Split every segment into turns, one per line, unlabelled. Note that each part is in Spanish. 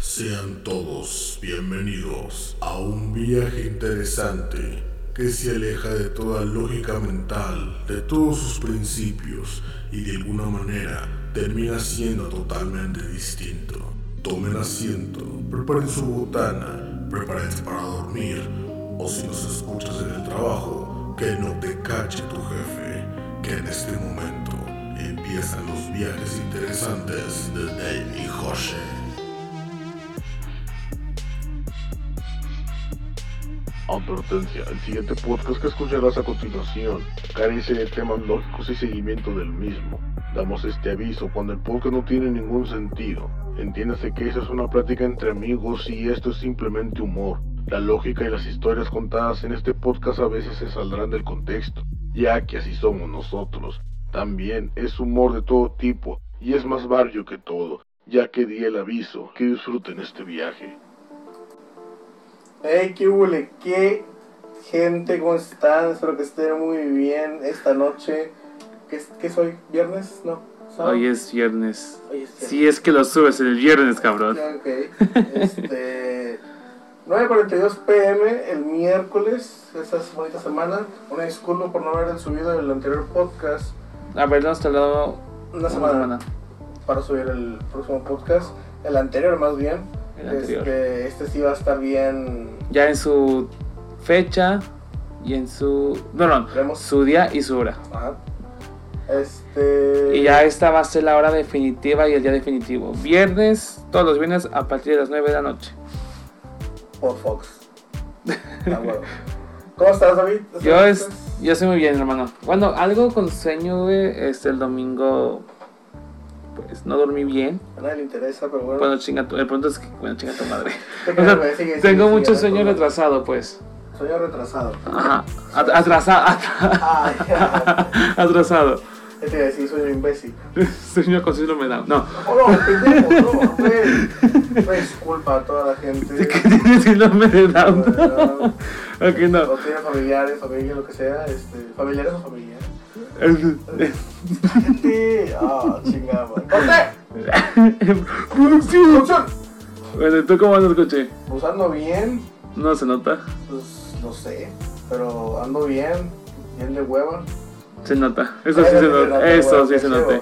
Sean todos bienvenidos a un viaje interesante que se aleja de toda lógica mental, de todos sus principios y de alguna manera termina siendo totalmente distinto. Tomen asiento, preparen su botana, prepárense para dormir o si nos escuchas en el trabajo, que no te cache tu jefe, que en este momento empiezan los viajes interesantes de Dave y José.
Advertencia, el siguiente podcast que escucharás a continuación carece de temas lógicos y seguimiento del mismo. Damos este aviso cuando el podcast no tiene ningún sentido. Entiéndase que eso es una plática entre amigos y esto es simplemente humor. La lógica y las historias contadas en este podcast a veces se saldrán del contexto, ya que así somos nosotros. También es humor de todo tipo y es más barrio que todo, ya que di el aviso. Que disfruten este viaje.
Hey, qué hule, qué gente, ¿cómo están? Espero que estén muy bien esta noche. ¿Qué, es- qué soy? ¿Viernes? No. ¿Sábado?
Hoy es viernes.
Hoy es
Si es que lo subes el viernes, cabrón.
viernes. Ok. Este. 9.42 pm el miércoles, esta bonita semana. Una disculpa por no haber subido el anterior podcast.
Habernos tardado
Una semana, para subir el próximo podcast. El anterior, más bien.
El anterior.
Este, este sí va a estar bien.
Ya en su fecha y en su. No, no,
Creemos-
su día y su hora.
Ajá. Este.
Y ya esta va a ser la hora definitiva y el día definitivo. Viernes, todos los viernes a partir de las 9 de la noche.
por Fox. Ah, huevo. ¿Cómo estás, David?
Yo, es, yo estoy muy bien, hermano. Bueno, algo con sueño, güey. Este, el domingo. Pues no dormí bien.
A nadie le interesa, pero bueno.
Bueno, chinga tu. El punto es que. Bueno, chinga tu madre.
Te
o
creo,
sea,
güey, sigue, sigue,
Tengo
sigue,
mucho
no hay
sueño
problema.
retrasado, pues.
Sueño retrasado.
Ajá. At- Atrasado. atra-
Ay, ya.
Atrasado.
¿Qué te iba a decir? Soy un imbécil.
Sueño con síndrome de Down. No.
Oh, no, pendejo, no, güey. Una disculpa a toda la gente.
¿Qué tiene síndrome de Down?
Bueno,
Ok, no.
O tiene familiares, familia, lo que sea. Este, familiares o familiares. Gente. Ah, chingada. madre. ¡Corte!
Producción. Bueno, ¿tú cómo andas, coche?
Usando Pues bien,
No se nota.
pues no sé. Pero ando bien. Bien de hueva.
Se nota. Eso sí se nota. Eso sí se nota.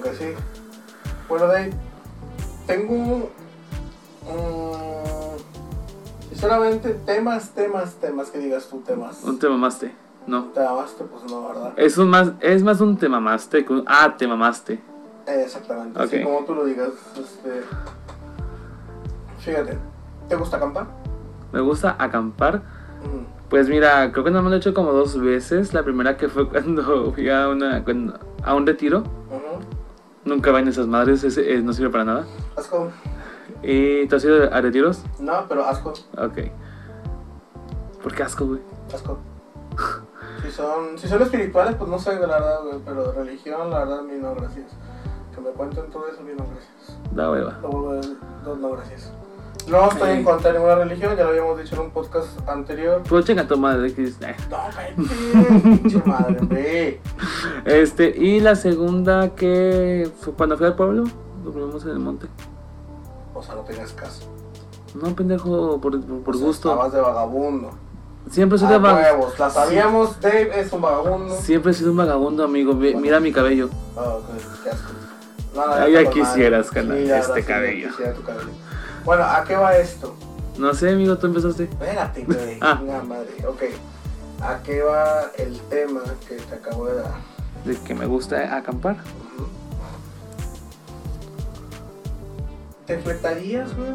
Bueno, Dave, tengo. mm, sinceramente, temas, temas, temas que digas tú, temas.
No te mamaste. No.
Te amaste, pues no, ¿verdad?
Es, un más, es más un te mamaste que un. Ah, te mamaste.
Eh, exactamente,
Ok.
así como tú lo digas. Este, fíjate, ¿te gusta acampar?
Me gusta acampar.
Mm,
Pues mira, creo que nada más lo he hecho como dos veces. La primera que fue cuando fui a, una, cuando- a un retiro.
ujú.
Nunca vayan esas madres, ese, eh, no sirve para nada.
Asco,
¿Y tú has ido a retiros?
no, pero asco,
Ok. ¿Por qué asco, güey?
asco. Si son, si son espirituales, pues no sé, la verdad, güey, pero de religión, la verdad, mi no, gracias. Que me cuenten todo eso, mi no, gracias.
Da hueva.
Lo vuelvo a decir, No, no, gracias. No estoy en
Eh.
contra de ninguna religión, ya lo habíamos dicho en un podcast anterior.
Pues chinga tu madre, que es- eh.
No, cállate, pinche madre, ve.
Este, y la segunda que fue cuando fui al pueblo, dormimos en el monte.
O sea, no tengas caso.
No, pendejo, por, por- por
O sea,
gusto.
Estabas de vagabundo.
Siempre soy
A
de vagabundo.
huevos, la sabíamos, Dave es un vagabundo.
Siempre he sido un vagabundo, amigo. Ve- Mira mi cabello.
Ah, ok, qué asco. Nada,
Ah,
ya
ya
está con
quisieras,
madre.
carnal,
la
este
verdad, sí, ya
cabello.
quisiera tu cabello. Bueno, ¿a qué va esto?
No sé, amigo, tú empezaste.
Espérate, güey.
Ah.
Una madre. Ok. ¿A qué va el tema que te acabo de dar?
De que me gusta acampar.
¿Te fletarías, güey?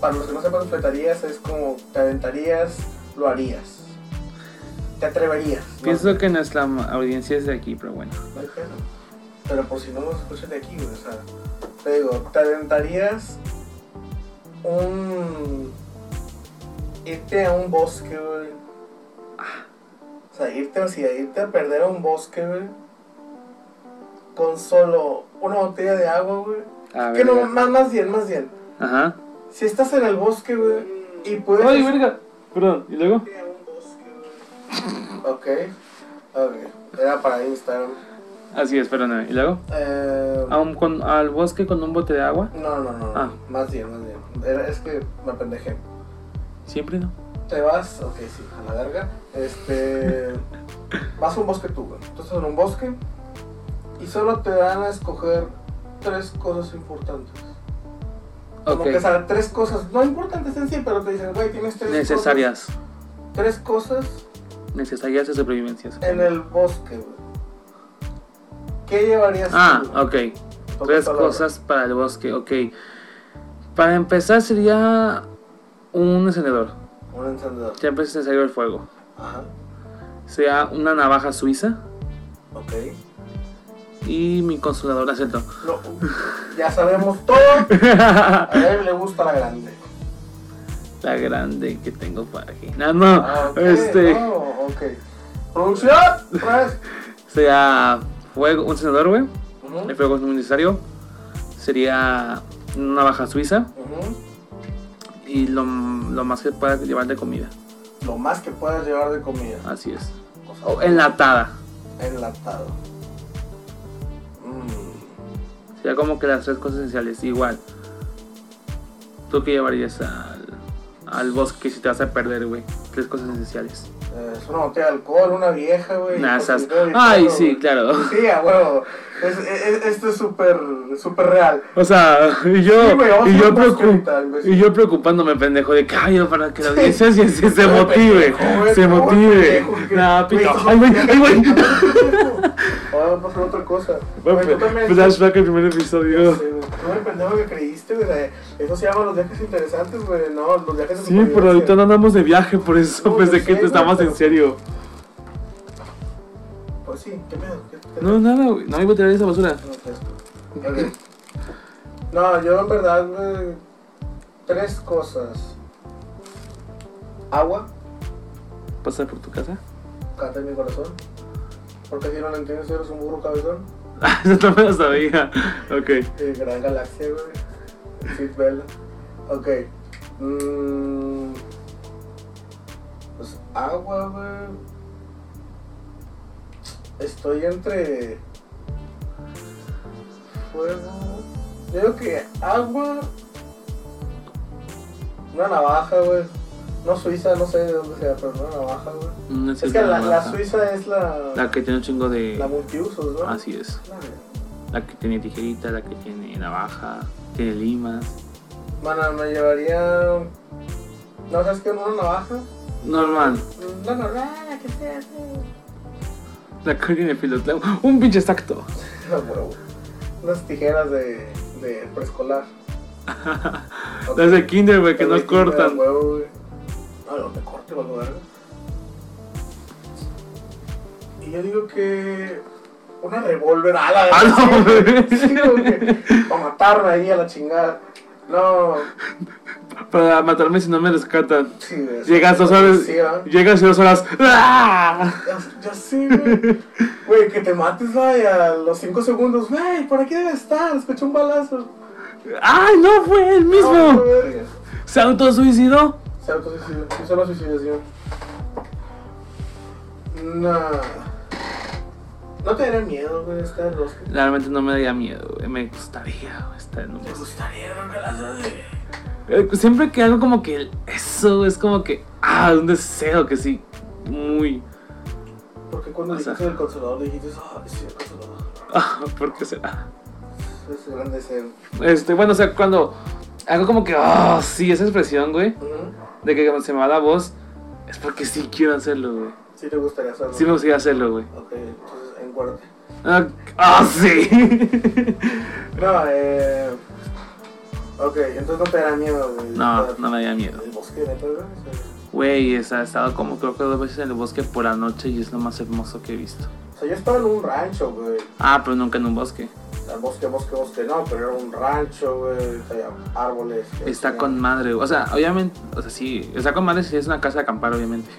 Para los que no sepan, fletarías es como te aventarías, lo harías. Te atreverías. ¿no?
Pienso que nuestra ma- audiencia es de aquí, pero bueno.
No hay pedo. Pero por si no nos escuchan de aquí, güey, o sea, te digo, te aventarías un. irte a un bosque, güey. Ah, O sea, irte, o sea, irte a perder a un bosque, güey. Con solo una botella de agua, güey.
A
Que
ver.
no, más, más bien, más bien.
Ajá.
Si estás en el bosque, güey, y puedes.
Ay, verga. Perdón, ¿y luego?
irte a un bosque, güey. Ok, ok. Era para Instagram.
Así es, perdóname. ¿Y luego?
Eh,
A un- con- al bosque con un bote de agua.
No, no, no, no.
Ah.
Más bien, más bien. era- es que me pendejé.
Siempre no.
Te vas, ok, sí, a la verga. Este. vas a un bosque tú, güey. Entonces en un bosque. Y solo te dan a escoger tres cosas importantes. Como
Ok.
que, o sea, tres cosas, no importantes en sí, pero te dicen, güey, tienes tres
Necesarias.
cosas. Tres cosas
Necesarias de supervivencia.
en el bosque, güey. ¿Qué llevarías
Ah,
tú, güey?
ok.
Pocas
Tres
palabras.
cosas para el bosque, ok. Para empezar sería un encendedor.
Un encendedor.
Siempre es necesario el fuego.
Ajá.
Sea una navaja suiza
Ok.
y mi consolador acento.
No, ya sabemos todo. A él le gusta la grande.
La grande que tengo para aquí. No, no.
Ah, ok.
este
no, ok. Producción. Pues.
sea fuego, un encendedor, güey.
Ujú,
El fuego es muy necesario. Sería una navaja suiza
ujú.
y lo, lo más que pueda llevar de comida.
Lo más que puedas llevar de comida.
Así es.
O sea,
O enlatada.
Enlatado. Mm,
Sería como que las tres cosas esenciales. Igual. ¿Tú qué llevarías al, al bosque si te vas a perder, güey? Tres cosas esenciales.
es una botella de alcohol, una vieja, güey. y
Nah, esas-
cosito de
Ay,
todo,
sí,
güey.
claro.
Sí, a huevo. Es- es- esto es súper súper real.
O sea, y yo,
Sí, güey, vamos
y,
a
yo
un bosque
preocu-
ahorita, imbécil.
y yo preocupándome, pendejo, de que, ay, para que la
Sí.
audiencia se, se- se
Güey,
motive,
pendejo, güey,
se
no,
motive.
pendejo, que-
Nah,
güey,
pito.
no,
Ay, güey, ay, güey.
Ahora vamos a hacer otra cosa.
Bueno, pues,
Güey, tú también-
Flashback el primer
Sí,
episodio.
güey, Tú el pendejo que creíste, güey. de- Eso se llama los viajes interesantes, güey. No, los viajes de
Sí, pero ahorita no andamos de viaje, por eso
No,
pensé
yo
que
sé,
te estabas
güey,
en serio.
Pues sí, qué pedo. ¿Qué- qué-
No, nada, güey, no iba a tirar esa basura.
No, pues, ok. No, yo en verdad, güey, tres cosas. Agua,
¿Pasar por tu casa?
cate en mi corazón. Porque si no lo entiendes, eres un burro cabezón.
Ah, eso no me lo sabía. Ok.
De Gran Galaxia, güey. Sid Vela. Ok. Mm, pues agua, güey. Estoy entre fuego. Yo creo que agua. Una navaja, güey. No suiza, no sé de dónde sea, pero una navaja, güey.
Una
Es que
cierta
la, la
navaja.
suiza es la,
La Ah,
la,
que tiene un chingo de...
multiusos, ¿no?
Así es.
La-
La que tiene tijerita, la que tiene navaja, tiene limas.
Bueno, me llevaría. No, sabes que una navaja.
Normal.
No, no, nada, que sea. sí.
La que tiene piloto. Un pinche exacto.
Ah, huevo. Unas tijeras de, de preescolar. Ok.
Las de Kinder, güey, que
El
no
de kinder,
cortan.
huevo, güey. No, no te corte, valgo verga. Y yo digo que. Una revólver a la
Ah, no, güey.
Para matarla ahí a la chingada. No,
Para matarme si no me rescatan.
sí, güey.
Llegas dos horas.
Sí, ¿verdad?
Llegas y dos horas. ¡Ah!
Ya, ya sé, güey. Güey, que te mates, güey, a los 5 segundos. Güey, por aquí debe estar. Escuché un balazo.
¡Ay, no fue el
No,
mismo!
verga.
¿Se autosuicidó?
Se autosuicidó. Hizo la suicidación. Nah. No te daría miedo, güey, estar en el bosque.
Realmente no me daría miedo, güey. Me gustaría güey, estar en un
Me
bosque.
gustaría dar un balazo de.
Eh, Siempre que algo como que. Eso es como que. ¡Ah! Un deseo que sí. Muy.
Porque cuando
O sea.
dijiste el consolador, dijiste, ah, sí, el consolador.
Ah, ¿Por qué será?
Es el gran deseo.
Este, bueno, o sea, cuando. Algo como que. ¡Ah! sí, esa expresión, güey.
Ujú.
de que se me va la voz es porque sí quiero hacerlo, güey.
Sí, te gustaría hacerlo.
Sí me gustaría hacerlo, güey.
Ok, entonces, encuérdate.
Ah, ah, sí.
No, eh. Ok, entonces no te da miedo, güey.
no,
Estar
no me da miedo.
en El bosque, neta, güey.
Güey, o sea, he estado como creo que dos veces en el bosque por la noche y es lo más hermoso que he visto.
O sea, yo estaba en un rancho, güey.
Ah, pero nunca en un bosque.
O sea, bosque, bosque, bosque, no, pero era un rancho, güey. Había árboles. que
Está
tenían-
con madre, güey. O sea, obviamente, o sea, sí, está con madre si es una casa de acampar, obviamente.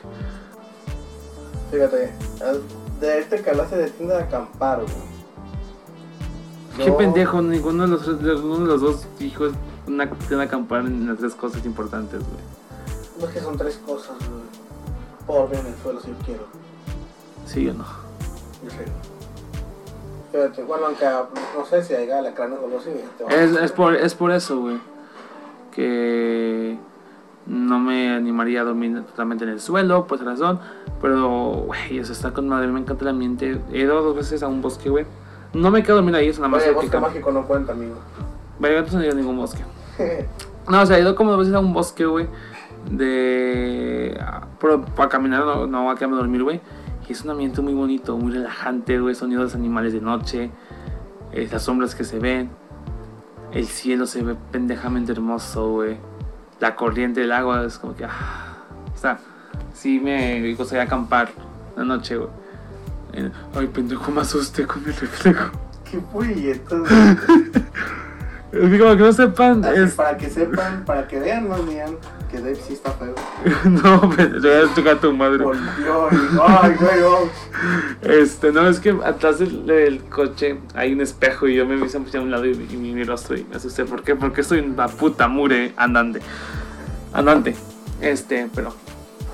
Fíjate, al- de este que hablaste de tienda de acampar, güey.
Qué
Yo-
pendejo, ninguno de los, de ninguno de los dos hijos una tienda de acampar en las tres cosas importantes, güey.
No es que son tres cosas, güey. Por Venezuela, si yo quiero.
Sí o no.
Yo sé. Fíjate, bueno, aunque no sé si hay alacranes o algo así. te va a-
Es, es por, es por eso, güey. que no me animaría a dormir totalmente en el suelo, por esa razón. Pero, güey, o sea, está con madre, me encanta el ambiente. He ido dos veces a un bosque, güey. No me quedo a dormir ahí, es una más
Oye, el bosque
épica.
mágico no cuenta, amigo.
Vaya, no he ido a ningún bosque. No, o sea, he ido como dos veces a un bosque, güey. De. a- Pero para caminar, no, no a quedarme a dormir, güey. Y es un ambiente muy bonito, muy relajante, güey. Sonido de los animales de noche. eh, las sombras que se ven. El cielo se ve pendejamente hermoso, güey. La corriente del agua es como que. ah. O sea, sí me gustaría acampar la noche, güey. Eh, Ay, pendejo, me asusté con mi reflejo.
Qué puñetos, güey.
Es que como que no sepan.
Así,
es-
Para que sepan, para que vean más bien que Dave sí está feo.
No, pues, le voy a tocar a tu madre.
Volvió y. ¡Ay, güey! oh.
Este, no, es que atrás del, del coche hay un espejo y yo me vi a un lado y, y mi, mi rostro y me asusté. ¿Por qué? Porque soy una puta mure andante. Andante. Este, pero.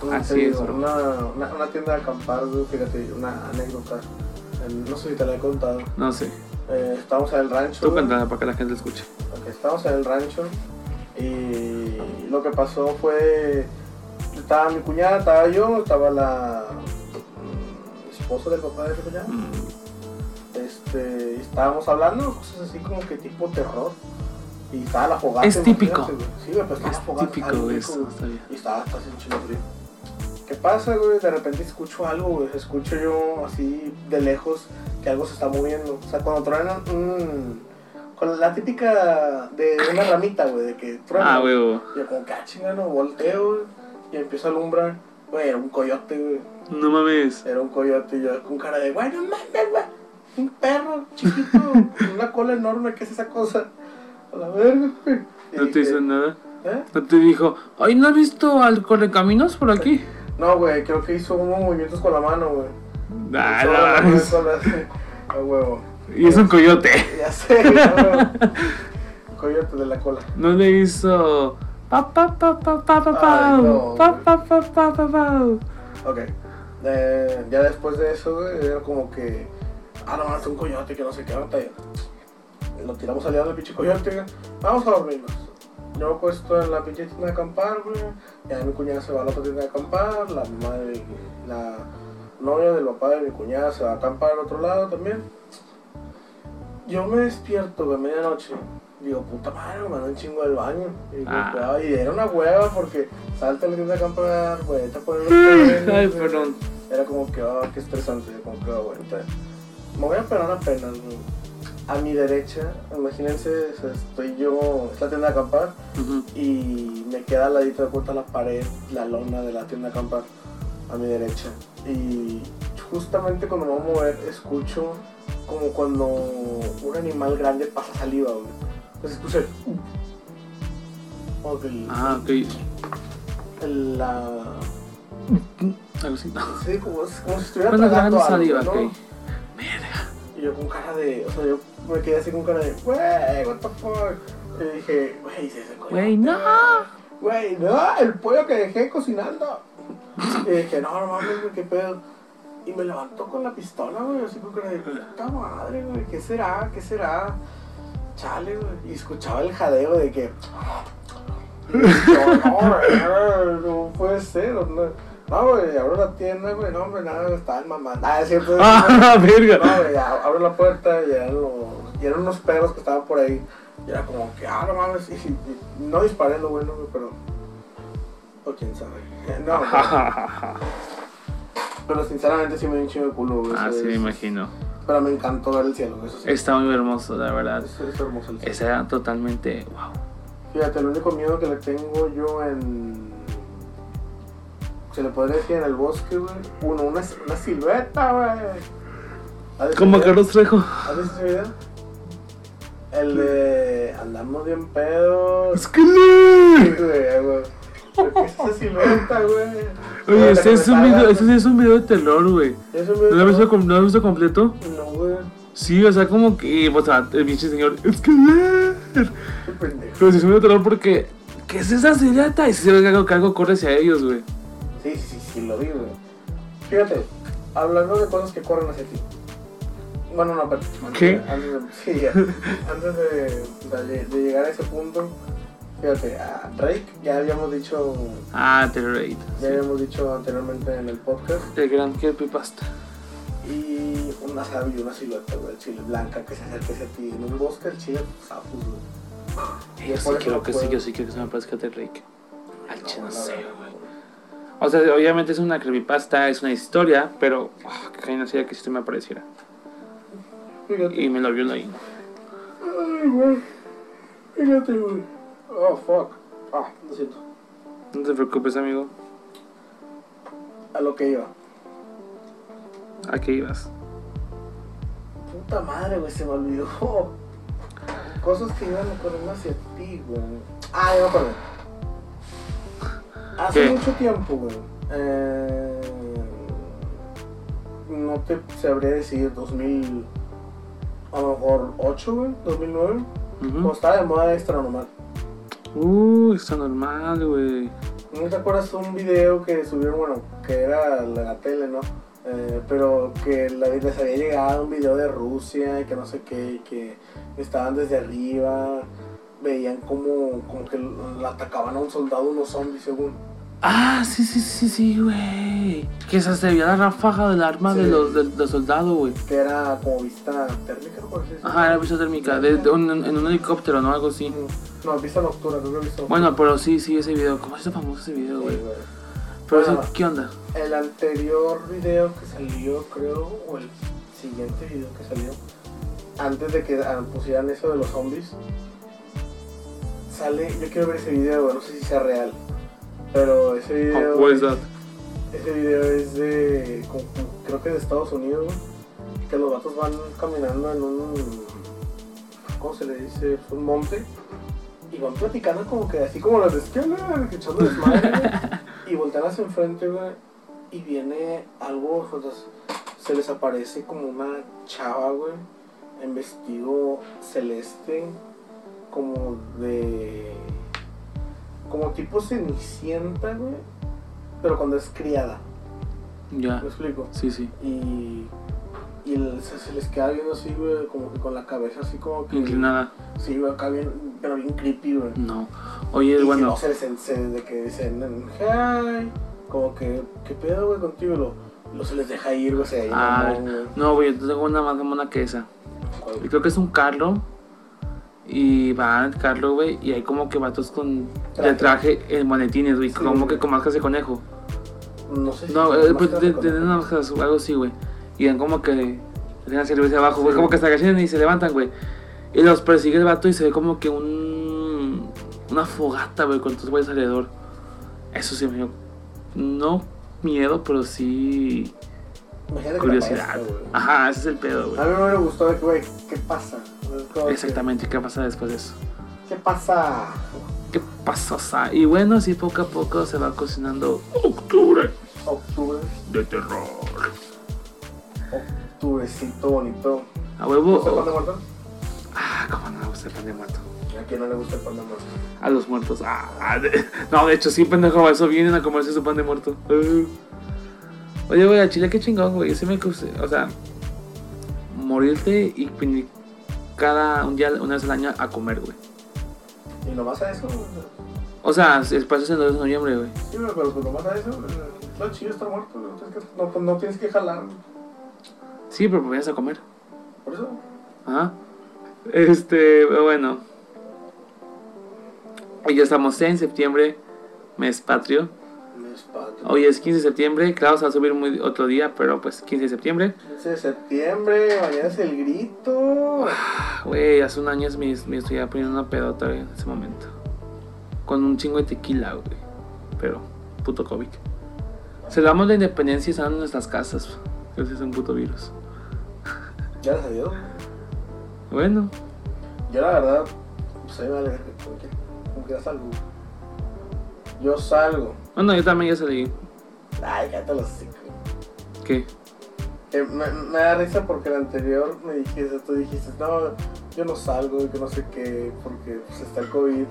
Pues,
Así
te digo,
es, bro.
Una, una, una tienda de acampar, güey, fíjate, una anécdota. Eh, No sé si te la he contado.
No sé.
Eh, estábamos en el rancho.
Tú
güey.
cuéntame para que la gente escuche.
Ok, estábamos en el rancho y lo que pasó fue estaba mi cuñada, estaba yo, estaba la mm, esposa del papá de mi cuñada.
Mm,
Este, y estábamos hablando de cosas así como que tipo terror. Y estaba la fogata.
Es típico.
imagínate, güey. Sí, güey, pues estaba
es
la fogata.
típico
ay, rico,
eso.
güey. pues,
Está bien.
Y estaba casi en chino frío. ¿Qué pasa, güey? De repente escucho algo, güey. Escucho yo así de lejos que algo se está moviendo. O sea, cuando truenan, mm, con la típica de una ramita, güey, de que truena.
Ah, huevo.
Yo como que, ah, chinga, no, volteo güey, y empiezo a alumbrar. Güey, era un coyote, güey.
No mames.
Era un coyote y yo con cara de, güey, no mames, güey. Un perro chiquito, con una cola enorme, ¿qué es esa cosa? A la verga, güey. Y
No
dije,
te hizo nada.
¿Eh?
No te dijo, ay, ¿no has visto al correcaminos por aquí?
No, güey, creo que hizo unos movimientos con la mano, güey.
Ah,
Hizo
no
la
mames.
mano con la- A huevo.
Y es un coyote.
Ya sé, a huevo. Coyote de la cola.
No le hizo. Pa, pa, pa, pa, pa, pa, pa,
Ay, no,
pa,
güey.
pa, pa, pa, pa, pa.
Ok. Eh, ya después de eso, güey, era como que. Ah, no, es un coyote que no sé qué ahorita ya. Lo tiramos al lado del pinche coyote, güey. Vamos a dormirnos. Yo me puesto en la pinche tienda de acampar, güey. Y ahí mi cuñada se va a la otra tienda de acampar. La mamá de. La novia del papá de mi cuñada se va a acampar al otro lado también. Yo me despierto, güey, a medianoche. Digo, puta madre, me mandó un chingo del baño. Y, digo,
Ah.
"Cuidado", y era una hueva porque salta a la tienda de acampar, güey, te pones los tenis,
Ay,
güey.
perdón.
Era como que, ah, qué estresante, como que, ah, bueno, está bien. Me voy a pegar apenas, güey. A mi derecha, imagínense, o sea, estoy yo, es la tienda de acampar,
Ujú.
y me queda al ladito de cuenta la pared, la lona de la tienda de acampar, a mi derecha. Y justamente cuando me voy a mover, escucho como cuando un animal grande pasa saliva, güey. Pues escuché. Ok.
Ah, ok.
La...
Algo así.
Sí, como, es- como si estuviera
Bueno,
tragando
grande
algo,
saliva,
¿no?
ok.
Y yo con cara de. O sea, yo me quedé así con cara de. Wey, what the fuck. Y dije, wey, se se coño.
Güey, no.
Wey, no, el pollo que dejé cocinando. y dije, no, no mames, güey, qué pedo. Y me levantó con la pistola, güey, así con cara de. Puta madre, güey, ¿qué será? ¿Qué será? Chale, güey. Y escuchaba el jadeo de que. y yo, no, güey, no puede ser, no. No, güey, abro la tienda, güey, no, hombre, nada, estaban mamando. Ah, es cierto.
Ah,
No,
verga.
güey, a- abro la puerta y eran, los- y eran unos perros que estaban por ahí. Y era como que, ah, no mames, y, y- y no disparé lo bueno, güey, pero... O quién sabe. Eh, No, pero, pero sinceramente sí me dio un chingo de culo, güey.
Ah,
eso
sí, me
es-
imagino.
Pero me encantó ver el cielo, güey, eso sí. Es,
Está muy hermoso, la verdad.
es hermoso el cielo.
Esa era totalmente. Wow.
Fíjate, el único miedo que le tengo yo en... Se le podría decir en el bosque, güey. Uno, una, una silueta, güey. Ha de
Como
ser-
Carlos Trejo.
¿Has visto ese video? El de andamos bien pedos.
¡Esquele!
Güey, eh, güey. ¿Por qué es esa silueta, güey?
Oye, ese es un video, ese
Eso
sí es un video de terror, güey.
es un
¿No
video.
lo has visto, com- no lo has visto completo?
No, güey.
Sí, o sea, como que. O sea, el pinche señor. ¡Esquele!
Qué pendejo.
Pero sí es muy terror porque. ¿Qué es esa sirata? Y si se ve que algo, que algo corre hacia ellos, güey.
Sí, sí, sí, sí, lo vi, güey. Fíjate, hablando de cosas que corren hacia ti. Bueno, no, pero.
¿Qué?
Antes de, sí, ya. Antes de, de- de llegar a ese punto, Fíjate, a Drake ya habíamos dicho,
Ah, Terrorate.
ya habíamos dicho anteriormente en el podcast.
El gran Kirby Pasta.
Y una sabe y una silueta, güey, chile blanca que se acerque hacia ti en un bosque, el chile, pues, sapos, güey.
Yo sí
por eso
quiero que sí,
puedo.
yo sí quiero que se me parezca Terrorate. Al chino,
la
no sé,
verdad,
güey. O sea, obviamente es una creepypasta, es una historia, pero ah, que no sería que si me apareciera.
Fíjate,
Y me lo vio ahí.
ay, güey. Fíjate, güey. Oh, fuck. Ah, lo siento.
No te preocupes, amigo.
A lo que iba.
¿A qué ibas?
Puta madre, güey, se me olvidó. Cosas que iban ocurriendo hacia ti, güey. Ah, ya me acordé. Hace
¿Qué?
mucho tiempo, güey. eh, no te sabría decir, 2000, a lo mejor 8, güey, 2009. Cuando
Ujú.
estaba de moda extra normal.
Uh, está normal, güey.
¿No te acuerdas un video que subieron, bueno, que era la, la tele, ¿no? Eh, pero que la- les había llegado un video de Rusia y que no sé qué, y que estaban desde arriba, veían como, como que la atacaban a un soldado, unos zombies, según.
Ah, sí, sí, sí, sí, güey. Que se veía la ráfaga del arma
Sí.
de los del del soldado, güey.
Que era como vista térmica, por así decirlo.
Ajá, era vista térmica, de, de un- en un helicóptero, ¿no? Algo así.
No, vista nocturna, creo que vista
Bueno, pero sí, sí, ese video. ¿Cómo se hizo famoso ese video,
nocturna.
güey?
Sí, güey.
Pero eso,
Bueno.
¿qué onda?
El anterior video que salió, creo, o el siguiente video que salió, antes de que ah, pusieran eso de los zombies, sale, yo quiero ver ese video, güey, no sé si sea real, pero ese video,
What is that?
ese video es de, como- como- creo que de Estados Unidos, güey, que los gatos van caminando en un, ¿cómo se le dice? Es un monte. Y van platicando como que así como los de izquierda, echando desmadre, güey. Y voltean hacia enfrente, güey. Y viene algo, o sea, se les aparece como una chava, güey. En vestido celeste, como de. como tipo cenicienta, güey. Pero cuando es criada,
Ya,
¿me explico?
sí, sí.
Y. y el- se, se les queda viendo así, güey, como que con la cabeza así como que.
Inclinada.
Sí, güey, acá bien, pero bien creepy, güey.
No.
Y
Oye,
si
bueno.
no se les se- de que dicen, hey, como que, ¿qué pedo, güey, contigo? Y Lo, lo se les deja ir, güey, se ahí,
Ah,
mamón, güey.
No, güey, yo tengo una más mona que esa.
¿Cuál?
Y Creo que es un carro. Y va en el carro, güey. Y hay como que vatos con. De traje en monetines, güey.
Sí,
como
güey.
que con máscaras de conejo.
No sé si.
No,
tienen
eh, pues
máscara
tienen
con-
una máscara o algo así, güey. Y dan como que. Le dan cerveza abajo, güey.
Sí.
Como que se agachan y se levantan, güey. Y los persigue el vato y se ve como que un. Una fogata, güey, con tus güeyes alrededor. Eso sí me dio. No miedo, pero sí.
Imagínate que la
Curiosidad.
maestra, güey. Ah,
Ajá, ese es el pedo, güey.
A mí me hubiera gustado, de que, güey, ¿qué pasa? Es como que,
Exactamente, ¿qué pasa después de eso?
¿Qué pasa?
¿Qué pasó, Sa? Y bueno, así poco a poco se va cocinando octubre
Octubre,
de terror.
octubrecito bonito.
A
¿Te gusta el pan de
huevo.
muerto?
Ah, cómo no me gusta el pan de muerto.
¿A quién no le gusta el pan de muerto?
A los muertos. Ah, ah, de- no, de hecho, sí, pendejo, eso vienen a comerse su pan de muerto. Eh. Oye, güey, a Chile, qué chingón, güey. Ese me gusta. O sea, morirte y venir cada un día, una vez al año a comer, güey.
¿Y nomás a eso? güey?
O sea, el paso es el 2 de noviembre, güey.
Sí, güey, pero pues nomás a eso. güey, Está chido estar muerto, güey, no tienes que- no, no tienes que jalar.
Sí, pero pues vienes a comer.
Por eso.
Ajá. Este, pero bueno. Hoy ya estamos en septiembre, mes patrio.
Mes patrio.
Hoy es 15 de septiembre. Claro, se va a subir muy, otro día, pero pues 15 de septiembre.
15 de septiembre, mañana es el grito.
Ah, Güey, hace un año me, me estoy poniendo una pedota güey, en ese momento. Con un chingo de tequila, güey. Pero, puto COVID. Celebramos la independencia y están en nuestras casas. Ese es un puto virus.
Gracias a Dios.
Bueno,
Yo la verdad, pues ahí me vale verga, como que, como que ya salgo. Yo salgo.
bueno, yo también ya salí.
Ay, ya te lo sé.
¿Qué?
Que Eh, me, me da risa porque el anterior me dijiste, tú dijiste, no, yo no salgo, que no sé qué, porque pues está el COVID.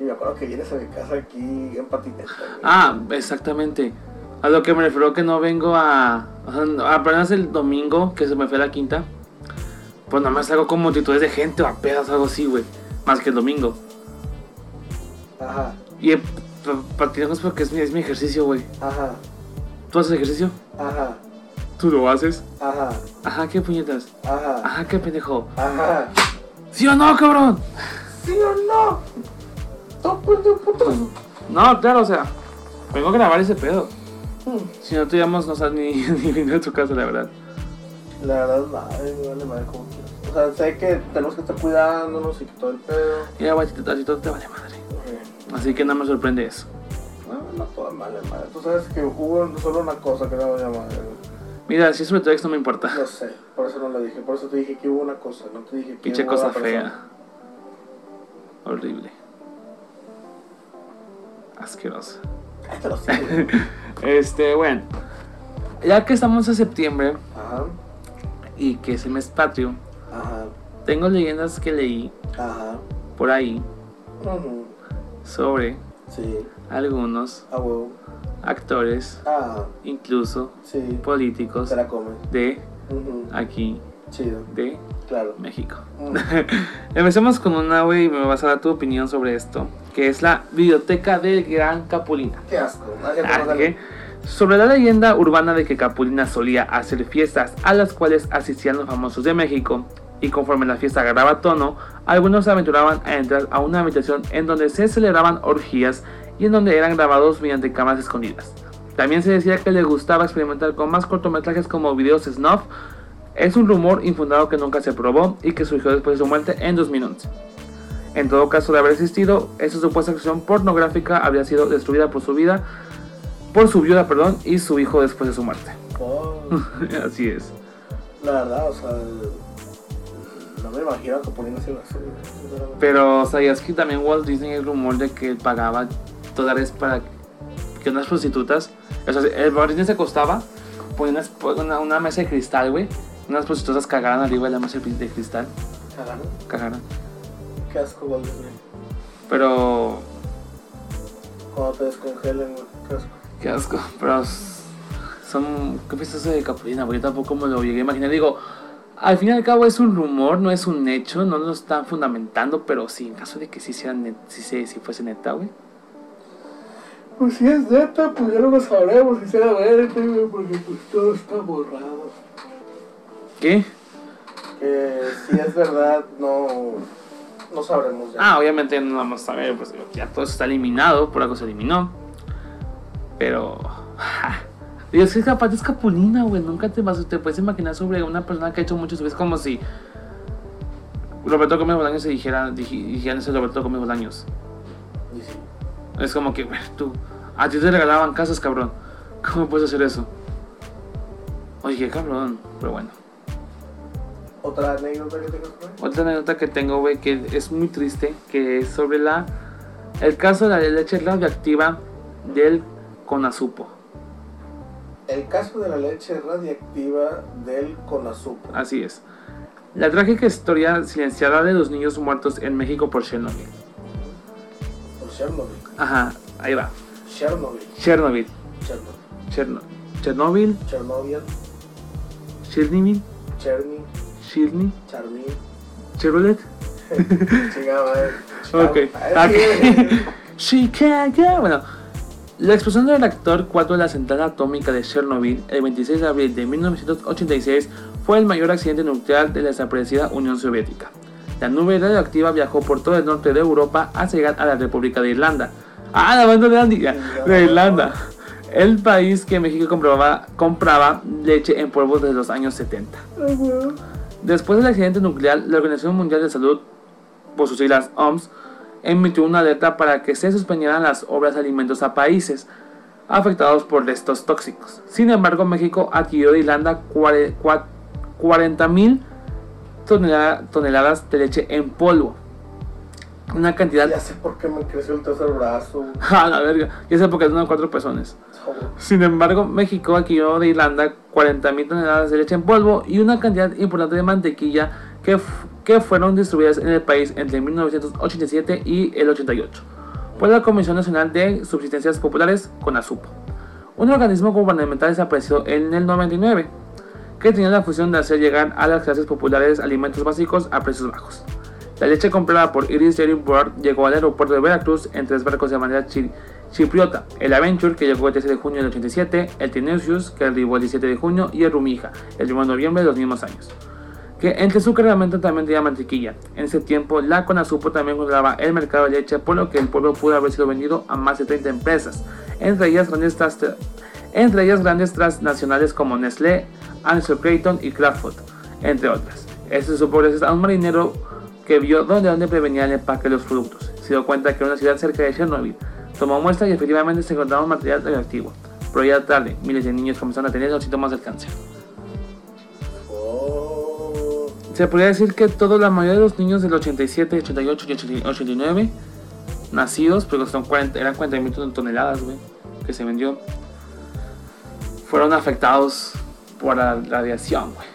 Y me acuerdo que vienes a mi casa aquí en patineta. güey.
Ah, exactamente. A lo que me refiero que no vengo a. o sea, no- Apenas el domingo que se me fue la quinta. Pues nada más salgo con multitudes de gente o apenas algo así, güey. Más que el domingo.
Ah, Ajá,
Y eh, pa- patinar no es porque es mi, es mi ejercicio, güey.
ajá,
¿Tú haces ejercicio?
ajá,
¿Tú lo haces?
ajá,
Ajá, qué puñetas.
ajá,
Ajá, qué pendejo.
ajá.
¿Sí o no, cabrón?
¿Sí o no? No puedo, puto.
No, claro, o sea, vengo a grabar ese pedo.
Hmm,
Si no te llamas, no sabes ni, ni venir a tu casa, la verdad.
La verdad, madre, me vale madre como quieras. O sea, sé que tenemos que estar cuidándonos y que todo el pedo.
Mira, güey, a ti te- a ti todo te vale madre.
Eh,
Así que no me sorprende eso.
No, no todo vale madre. Tú sabes que hubo solo una cosa que no vale madre.
Mira, si es un pretexto, no me importa.
No sé, por eso no lo dije. Por eso te dije que hubo una cosa, no te dije que
Pinche
hubo
cosa
una persona.
fea. Horrible. Asquerosa.
Ay, te lo sé, güey.
Este, bueno. Ya que estamos en septiembre
Ajá,
y que es el mes patrio,
ajá,
tengo leyendas que leí
ajá.
por ahí
ujú,
sobre
Sí,
algunos
a huevo.
actores,
Ah,
incluso
sí.
políticos,
Te la comes.
de
ujú,
aquí,
Chido,
de
claro.
México.
mm,
Empecemos con una, güey, y me vas a dar tu opinión sobre esto, que es la Biblioteca del Gran Capulina.
Qué asco. la gente
Ah,
no sale-
¿qué? Sobre la leyenda urbana de que Capulina solía hacer fiestas a las cuales asistían los famosos de México, y conforme la fiesta agarraba tono, algunos se aventuraban a entrar a una habitación en donde se celebraban orgías y en donde eran grabados mediante cámaras escondidas. También se decía que le gustaba experimentar con más cortometrajes como videos snuff. Es un rumor infundado que nunca se probó y que surgió después de su muerte en 2011. En todo caso de haber existido, esa supuesta acción pornográfica habría sido destruida por su vida, por su viuda, perdón, y su hijo después de su muerte.
Oh,
Así es.
la verdad, o sea, no me imagino que poniendo así, sinceramente.
Pero sabías que también Walt Disney el rumor de que pagaba dólares para que unas prostitutas, o sea, el Walt Disney se acostaba, ponía unas- ponía una, una mesa de cristal, güey, unas prostitutas cagaran arriba de la mesa de cristal,
Caramba,
cagaran.
Qué asco, Walt Disney.
Pero
Cuando te descongelen, güey, qué asco.
Qué asco, pero s- son. ¿Qué piensas de Capulina? Porque yo tampoco me lo llegué a imaginar. Digo, al fin y al cabo es un rumor, no es un hecho, no lo están fundamentando, pero sí, en caso de que sí sea net- sí, se- sí fuese neta, güey.
Pues si es neta, pues ya no lo sabremos, sinceramente, güey, porque pues todo está borrado.
¿Qué?
Que si es verdad, no, no sabremos ya.
Ah, obviamente no vamos a ver, pues ya todo eso está eliminado, por algo se eliminó. Pero. ja. Digo, es que capaz es Capulina, güey. Nunca te vas, te puedes imaginar sobre una persona que ha hecho muchos Es como si. Roberto Gómez Bolaños se dijera, dij- dijeran eso de Roberto Gómez Bolaños.
Y sí.
Es como que, güey, tú, a ti te regalaban casas, cabrón. ¿Cómo puedes hacer eso? Oye, cabrón, pero bueno.
¿Otra anécdota que tengas por ahí?
Otra anécdota que tengo, güey, que es muy triste, que es sobre la... El caso de la leche radioactiva del Conazupo.
El caso de la leche radiactiva del Conazupo.
Así es. La trágica historia silenciada de los niños muertos en México por Chernobyl.
Por Chernobyl.
Ajá, ahí va.
Chernobyl.
Chernobyl.
Chernobyl.
Cherno- Chernobyl.
Chernobyl.
Chernobyl.
Cherny.
Chernobyl.
Charmin.
Chernobyl.
Chingada, eh.
Ok.
Ah, sí.
Ok. Chicago. Bueno, la explosión del reactor 4 de la central atómica de Chernobyl el 26 de abril de 1986 fue el mayor accidente nuclear de la desaparecida Unión Soviética. La nube radioactiva viajó por todo el norte de Europa hasta llegar a la República de Irlanda. Ah, la banda de, Andy- de Irlanda. El país que México compraba, compraba leche en polvo desde los años 70. Después del accidente nuclear, la Organización Mundial de Salud, por sus siglas OMS, emitió una alerta para que se suspendieran las obras de alimentos a países afectados por estos tóxicos. Sin embargo, México adquirió de Irlanda 40.000 tonelada- toneladas de leche en polvo. Una cantidad...
Ya sé por qué me creció el tercer brazo.
A la verga, y esa porque son cuatro personas.
Joder.
Sin embargo, México adquirió de Irlanda 40.000 toneladas de leche en polvo y una cantidad importante de mantequilla que, f- que fueron distribuidas en el país entre 1987 y el 88 por la Comisión Nacional de Subsistencias Populares, CONASUPO, un organismo gubernamental desaparecido en el 99 que tenía la función de hacer llegar a las clases populares alimentos básicos a precios bajos. La leche comprada por Iris Dairy Board llegó al aeropuerto de Veracruz en tres barcos de manera chi- chipriota: el Adventure, que llegó el 13 de junio del 87, el Tenacious, que arribó el 17 de junio, y el Rumija, el 1 de noviembre de los mismos años. Que entre su cargamento también tenía mantequilla. En ese tiempo, la Conasupo también controlaba el mercado de leche, por lo que el pueblo pudo haber sido vendido a más de 30 empresas, entre ellas grandes, tras- entre ellas grandes transnacionales como Nestlé, Ansel Creighton y Kraft Foods, entre otras. Este Esto se supo gracias a un marinero que vio dónde dónde prevenía el empaque de los productos. Se dio cuenta que era una ciudad cerca de Chernobyl. Tomó muestras y efectivamente se encontraba un material radioactivo. Pero ya tarde, miles de niños comenzaron a tener los síntomas del cáncer.
Oh,
Se podría decir que toda la mayoría de los niños del 87, 88 y 80 89 nacidos, porque son 40, eran 40 mil toneladas, güey, que se vendió, fueron afectados por la radiación, güey.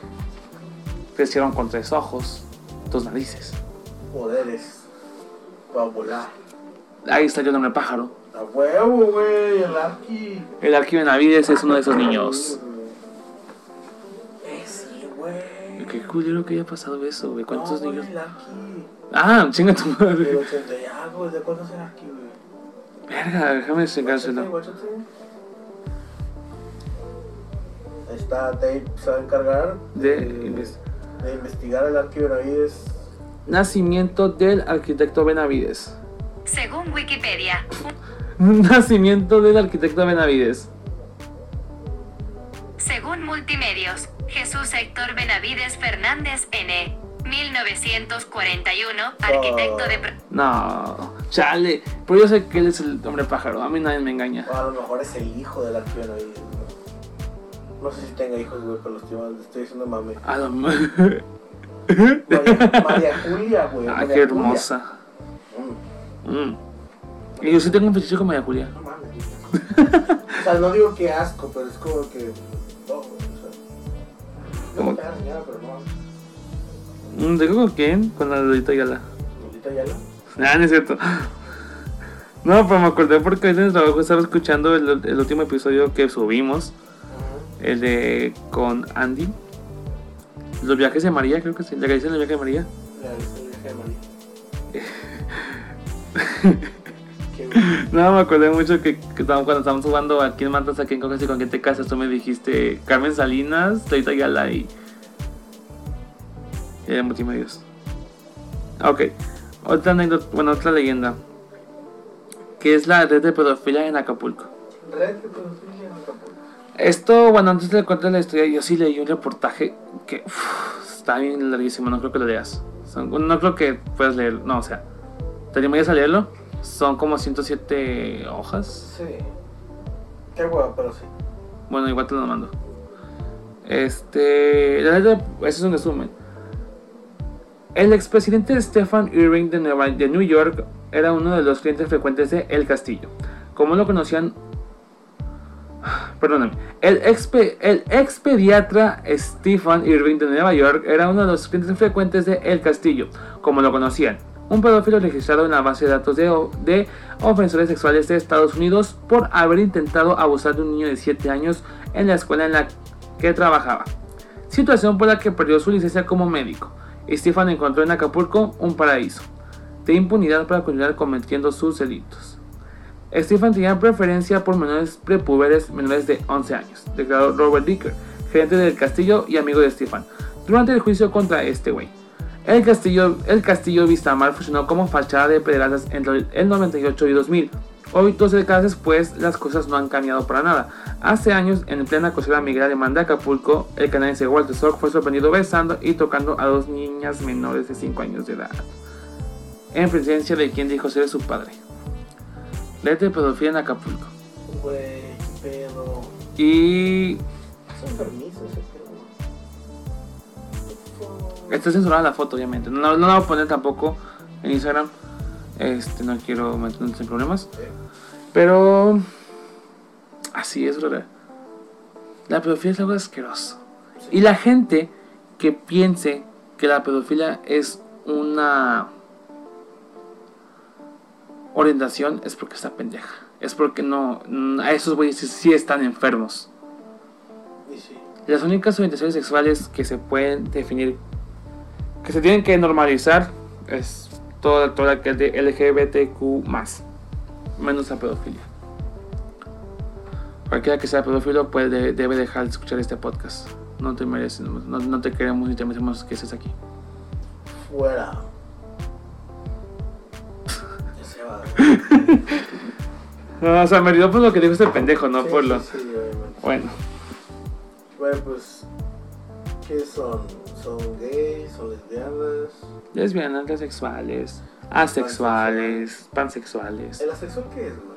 Crecieron con tres ojos, dos narices.
poderes. Para volar.
Ahí salió el nombre pájaro.
A huevo, güey. El Arqui.
El Arquímedes Benavides es uno de esos niños.
Eh, sí, güey.
Qué culero que haya pasado eso, güey. ¿Cuántos
No, güey,
niños?
El Arqui.
Ah, chinga tu
Del
madre.
80 y algo. ¿De cuándo es el Arqui, güey?
Verga, déjame chingárselo.
Guáchate, guáchate. Ahí está, Dave se va a encargar
De,
de investigar el Arqui Benavides.
nacimiento del arquitecto Benavides.
Según Wikipedia,
Nacimiento del arquitecto Benavides.
según Multimedios, Jesús Héctor Benavides Fernández N. 1941, arquitecto de... pro-
No, chale. Pero yo sé que él es el hombre pájaro. A mí nadie me engaña.
O a lo mejor es el hijo del Arqui Benavides. güey. No sé si tenga hijos, güey, pero los estoy, le estoy diciendo mame.
A la ma-
María, María Julia, güey.
Ah,
María
qué
Julia.
hermosa.
Mm,
Mm. Y yo sí tengo un fetiche con María Julia.
no mames. o sea, no digo que asco, pero es como que. No, güey, o sea. No
Como-
me cae la señora, pero no.
Mm, ¿Digo con quién? Con la Lolita Yala.
Lolita Yala.
Nah, no es cierto. No, pero me acordé porque hoy en el trabajo estaba escuchando el, el último episodio que subimos, el de con Andy. Los viajes de María, creo que sí. La que dice los viajes de María.
La el viaje de María. Qué güey.
No, me acordé mucho que, que estábamos- cuando estábamos jugando a quién matas, a quién coges y con quién te casas, tú me dijiste Carmen Salinas, Taita Yala y. y de multimedios. Ok, otra anécdota, bueno, otra leyenda. Que es la red de pedofilia en Acapulco.
Red de pedofilia en Acapulco.
Esto, bueno, antes de contar la historia, yo sí leí un reportaje que uf, está bien larguísimo, no creo que lo leas. Son- no creo que puedas leerlo, no, o sea, ¿te animarías a leerlo? Son como 107 hojas.
Sí. Qué hueva, pero sí.
Bueno, igual te lo mando. Este, la neta, ese es un resumen. El expresidente Stephen Irving de, Nueva- de New York era uno de los clientes frecuentes de El Castillo. Como lo conocían. Perdóname. El, expe- el expediatra Stephen Irving de Nueva York era uno de los clientes frecuentes de El Castillo. Como lo conocían. Un pedófilo registrado en la base de datos de, o- de ofensores sexuales de Estados Unidos por haber intentado abusar de un niño de 7 años en la escuela en la que trabajaba situación por la que perdió su licencia como médico. Stefan encontró en Acapulco un paraíso de impunidad para continuar cometiendo sus delitos. Stefan tenía preferencia por menores prepuberes menores de 11 años, declaró Robert Dicker, gerente del castillo y amigo de Stefan, durante el juicio contra este güey. El castillo, el castillo Vistamar funcionó como fachada de pedrazas entre el 98 y 2000. Hoy, 12 décadas después, las cosas no han cambiado para nada. Hace años, en plena cocina migrada alemán de Acapulco, el canadiense Walter Sorg fue sorprendido besando y tocando a dos niñas menores de 5 años de edad. En presencia de quien dijo ser su padre. Ley de pedofilia en Acapulco.
Güey, qué pedo.
Y...
Es un permiso ese pedo.
Está censurada la foto, obviamente. No, no la voy a poner tampoco en Instagram. Este, no quiero meternos en problemas. Pero así es, brother. La pedofilia es algo asqueroso. Y la gente que piense que la pedofilia es una orientación es porque está pendeja. Es porque no. mm, A esos güeyes sí- sí están enfermos.
Y sí.
Las únicas orientaciones sexuales que se pueden definir, que se tienen que normalizar, es toda, toda la que es de LGBTQ, menos la pedofilia. Cualquiera que sea pedófilo pues, de- debe dejar de escuchar este podcast. No te mereces, no, no te queremos ni te merecemos que estés aquí.
Fuera. Ya se va.
No, o sea, me olvidó por lo que dijo este pendejo, no
Sí,
por
sí,
lo.
sí, obviamente.
Bueno,
Bueno, pues. ¿Qué son? ¿Son gays? ¿Son lesbianas?
lesbianas, transexuales, asexuales, pansexuales.
¿El asexual qué es, güey?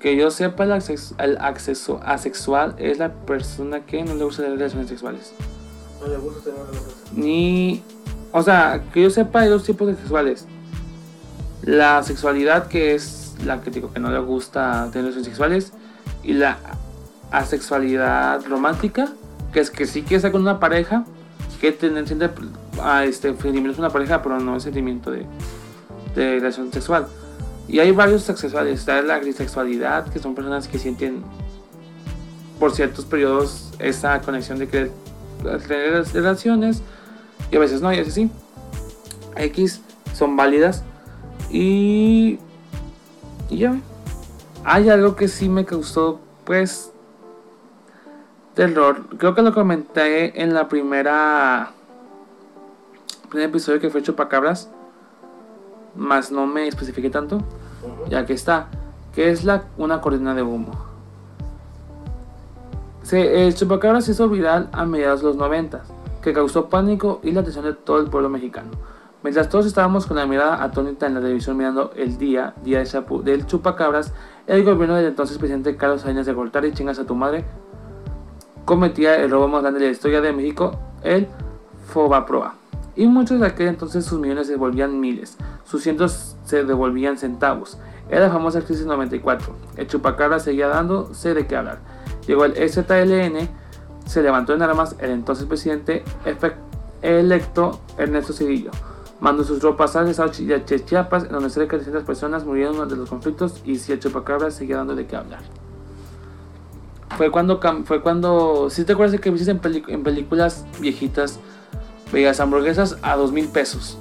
Que yo sepa, el, acceso, el acceso asexual es la persona que no le gusta las relaciones sexuales.
No le gusta tener una relación.
Ni. O sea, que yo sepa, hay dos tipos de sexuales. La sexualidad, que es la que digo que no le gusta tener relaciones sexuales. Y la asexualidad romántica, que es que sí quiere estar con una pareja, que tener siente, ah, este, sentimientos con una pareja, pero no el sentimiento de, de relación sexual. Y hay varios sexuales. Está la agrisexualidad, que son personas que sienten por ciertos periodos esa conexión de que tener las relaciones y a veces no, y a veces sí. X son válidas y, y ya. Hay algo que sí me causó, pues, terror. Creo que lo comenté en la primera. primer episodio que fue Chupacabras. Más no me especifiqué tanto.
Ujú.
Ya que está. Que es la, una cortina de humo. Se, el chupacabra se hizo viral a mediados de los 90, que causó pánico y la atención de todo el pueblo mexicano. Mientras todos estábamos con la mirada atónita en la televisión mirando el día, día de chapu- del chupacabras, el gobierno del entonces presidente Carlos Salinas de Gortari, chingas a tu madre, cometía el robo más grande de la historia de México, el Fobaproa. Y muchos de aquel entonces sus millones se devolvían miles, sus cientos se devolvían centavos. Era la famosa crisis 94. El chupacabra seguía dándose de qué hablar. Llegó el STLN, se levantó en armas el entonces presidente efe- electo Ernesto Cedillo. Mandó sus tropas al estado chi- de Chiapas, en donde cerca de 300 personas murieron durante los conflictos y si el chupacabra seguía dando de qué hablar. Fue cuando, cam- fue cuando, si te acuerdas de que viste en, pelic- en películas viejitas, veías hamburguesas a dos mil pesos,